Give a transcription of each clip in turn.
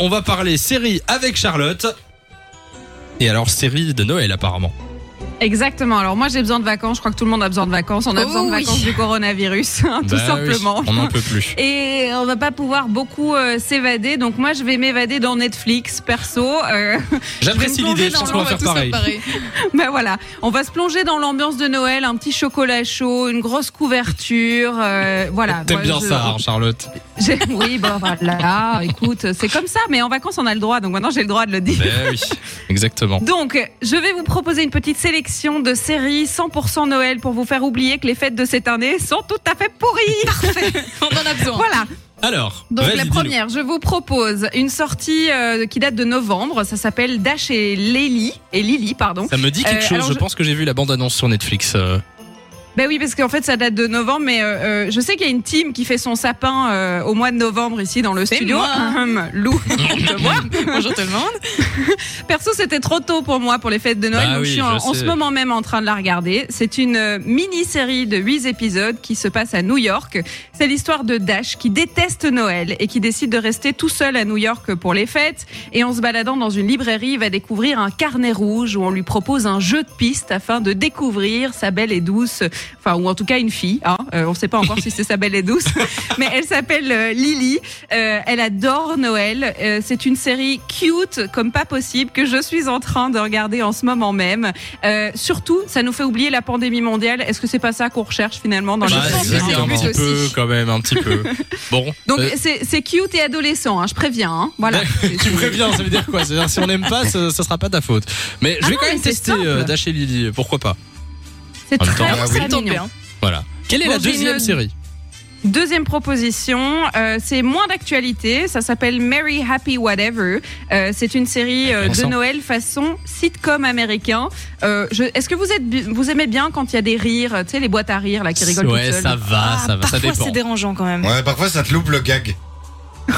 On va parler série avec Charlotte. Et alors série de Noël apparemment. Exactement. Alors moi j'ai besoin de vacances. Je crois que tout le monde a besoin de vacances. On a Oh besoin de oui. vacances du coronavirus, hein, tout Bah oui, simplement. on n'en peut plus. Et on va pas pouvoir beaucoup euh, s'évader. Donc moi je vais m'évader dans Netflix perso. Euh, J'apprécie Je vais me l'idée, je pense plonger dans qu'on va l'eau, faire pareil. ben voilà. On va se plonger dans l'ambiance de Noël. Un petit chocolat chaud, une grosse couverture. euh, voilà. T'aimes Moi, bien je- ça, hein, Charlotte. j'ai- Oui, bon voilà. Ah, Écoute, c'est comme ça. Mais en vacances on a le droit. Donc maintenant j'ai le droit de le dire. Ben oui, exactement. Donc, je vais vous proposer une petite sélection de séries 100% Noël pour vous faire oublier que les fêtes de cette année sont tout à fait pourries. On en a besoin. Voilà. Alors, Donc vas-y, la dis-nous. première, je vous propose une sortie euh, qui date de novembre. Ça s'appelle Dash et Lily et Lily, pardon. Ça me dit quelque Euh, chose, alors je... je- pense que j'ai vu la bande-annonce sur Netflix. euh. Ben oui, parce qu'en fait ça date de novembre, mais euh, euh, je sais qu'il y a une team qui fait son sapin euh, au mois de novembre ici dans le C'est studio. moi. Ahem, Lou. Bonjour tout le monde. Perso, c'était trop tôt pour moi pour les fêtes de Noël. Bah donc oui, je suis en, je en sais. ce moment même en train de la regarder. C'est une euh, mini-série de 8 épisodes qui se passe à New York. C'est l'histoire de Dash qui déteste Noël et qui décide de rester tout seul à New York pour les fêtes. Et en se baladant dans une librairie, il va découvrir un carnet rouge où on lui propose un jeu de piste afin de découvrir sa belle et douce, enfin ou en tout cas une fille. Hein. Euh, on ne sait pas encore si c'est sa belle et douce, mais elle s'appelle euh, Lily. Euh, elle adore Noël. Euh, c'est une série cute comme pas possible que je suis en train de regarder en ce moment même. Euh, surtout, ça nous fait oublier la pandémie mondiale. Est-ce que c'est pas ça qu'on recherche finalement dans Bah, les pense que c'est exactement, un un petit but peu aussi. quand même, un petit peu. Bon, Donc euh, c'est c'est cute et adolescent, hein, je préviens. hein. Voilà. tu préviens, ça veut dire quoi C'est-à-dire si on n'aime pas, ça, ça sera pas ta faute. Mais je Ah vais non, quand même mais c'est tester simple. euh, Dash et Lily, pourquoi pas C'est En même très, temps, Ah, Ah très ça tombe mignon. bien. Voilà. Quelle est Bon, la j'ai deuxième une- série Deuxième proposition, euh, c'est moins d'actualité. Ça s'appelle Merry Happy Whatever. Euh, c'est une série euh, de Intéressant. Noël façon sitcom américain. Euh, je- Est-ce que vous êtes bi- vous aimez bien quand il y a des rires, tu sais les boîtes à rire là qui rigolent Ouais, ça toutes seules va, Ah, ça va, ça Ah, parfois dépend. c'est dérangeant quand même. Ouais, parfois ça te loupe le gag.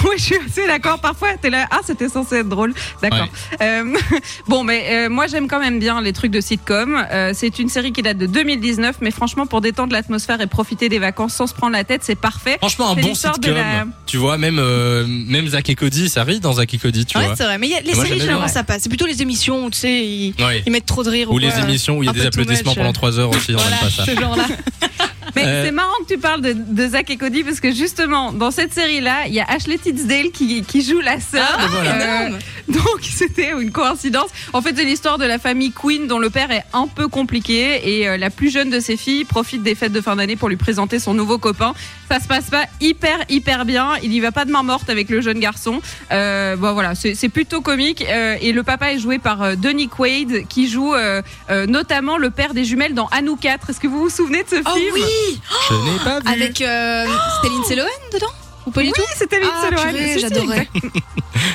Oui, je suis assez d'accord. Parfois t'es là, ah c'était censé être drôle, d'accord. Euh, bon, mais euh, moi j'aime quand même bien les trucs de sitcom. Euh, c'est une série qui date de 2019, mais franchement pour détendre l'atmosphère et profiter des vacances sans se prendre la tête, c'est parfait. Franchement, un C'est bon l'histoire sitcom. de la- Tu vois, même, euh, même Zach et Cody, ça rit dans Zach et Cody, tu Ouais, vois. c'est vrai. Mais il y a- les Moi, séries, j'aime généralement, bien. ça passe. C'est plutôt les émissions où, tu sais, ils, Ouais. ils mettent trop de rire. Ou quoi. les émissions où il y a euh, un des peu too applaudissements much. pendant 3 heures aussi, on Voilà, n'aime pas ça. ce genre-là. Mais Euh, c'est marrant que tu parles de, de Zach et Cody parce que justement, dans cette série-là, il y a Ashley Tisdale qui, qui joue la sœur. Ah, Euh, énorme. donc c'était une coïncidence. En fait, c'est l'histoire de la famille Queen dont le père est un peu compliqué et euh, la plus jeune de ses filles profite des fêtes de fin d'année pour lui présenter son nouveau copain. Ça se passe pas hyper hyper bien. Il y va pas de main morte avec le jeune garçon. Euh, bon voilà, c'est c'est plutôt comique euh, et le papa est joué par euh, Donny Quaid qui joue euh, euh, notamment le père des jumelles dans Anou 4. Est-ce que vous vous souvenez de ce Oh film oui Je n'ai pas vu. Avec euh, Céline Seloen dedans Ou pas du tout Oui, c'était Lindsay Ah, Lohan. purée, Si, si, j'adorais. exactement.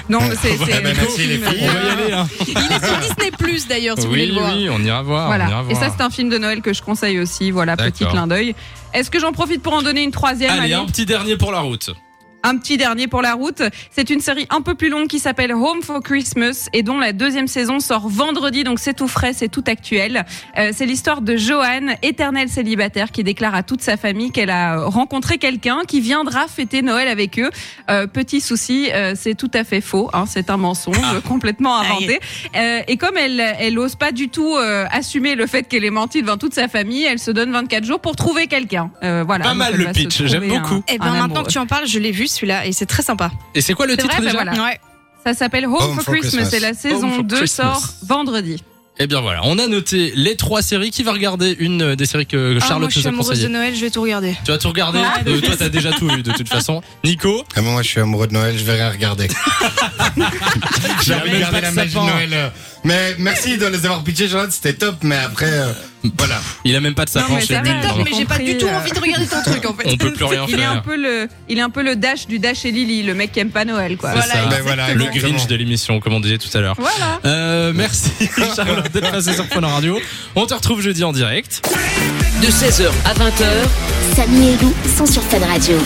non, mais c'est. Voilà, c'est- bah, c'est un merci, les film. filles. On va y aller, hein. Il est sur Disney Plus d'ailleurs, si vous voulez Oui, le voir. oui, on ira voir. On ira Voilà. voir. Et ça, c'est un film de Noël que je conseille aussi. Voilà, petit D'accord. clin d'œil. Est-ce que j'en profite pour en donner une troisième Allez, Allez. un petit dernier pour la route. Un petit dernier pour la route. C'est une série un peu plus longue qui s'appelle Home for Christmas et dont la deuxième saison sort vendredi, donc c'est tout frais, c'est tout actuel. Euh, c'est l'histoire de Joanne, éternelle célibataire, qui déclare à toute sa famille qu'elle a euh, rencontré quelqu'un qui viendra fêter Noël avec eux. Euh, petit souci, euh, c'est tout à fait faux, hein, c'est un mensonge Ah. complètement Aïe. inventé. Euh, et comme elle, elle ose pas du tout euh, assumer le fait qu'elle ait menti devant toute sa famille, elle se donne 24 jours pour trouver quelqu'un. Euh, voilà. Pas Donc, mal elle le va se pitch, j'aime trouver un- beaucoup. Et un bien Eh ben, maintenant amoureux. que tu en parles, je l'ai vu celui-là et c'est très sympa. Et c'est quoi le C'est titre vrai, déjà bah voilà. Ouais. Ça s'appelle Home, for, Christmas. et la Home saison for 2 Christmas. sort vendredi. Eh bien voilà, on a noté les trois séries. Qui va regarder une euh, des séries que Ah, moi Charlotte je suis nous a amoureuse de conseillées Noël, je vais tout regarder. Tu vas tout regarder. Ah, Euh, toi, t'as déjà tout vu de toute façon. Nico, Ah, moi, je suis amoureux de Noël, je vais rien regarder. Il a J'avais même pas regardé de la magie de sapin. Noël. euh. Mais merci de les avoir pitchés, Charlotte, c'était top, mais après, euh, voilà. il a même pas de sapin mais chez ça lui. va, D'accord, j'ai mais j'ai pas compris, du tout euh. envie de regarder ton truc en fait. On peut plus rien Il est, un faire. peu le, il est un peu le dash du Dash et Lily, le mec qui aime pas Noël, quoi. C'est ça. Voilà, Ben voilà, Le exactement. Grinch de l'émission, comme on disait tout à l'heure. Voilà. Euh, merci Charlotte d'être passée sur Fun Radio. On te retrouve jeudi en direct. de 16h à 20h. Samy et Lou sont sur Fan Radio.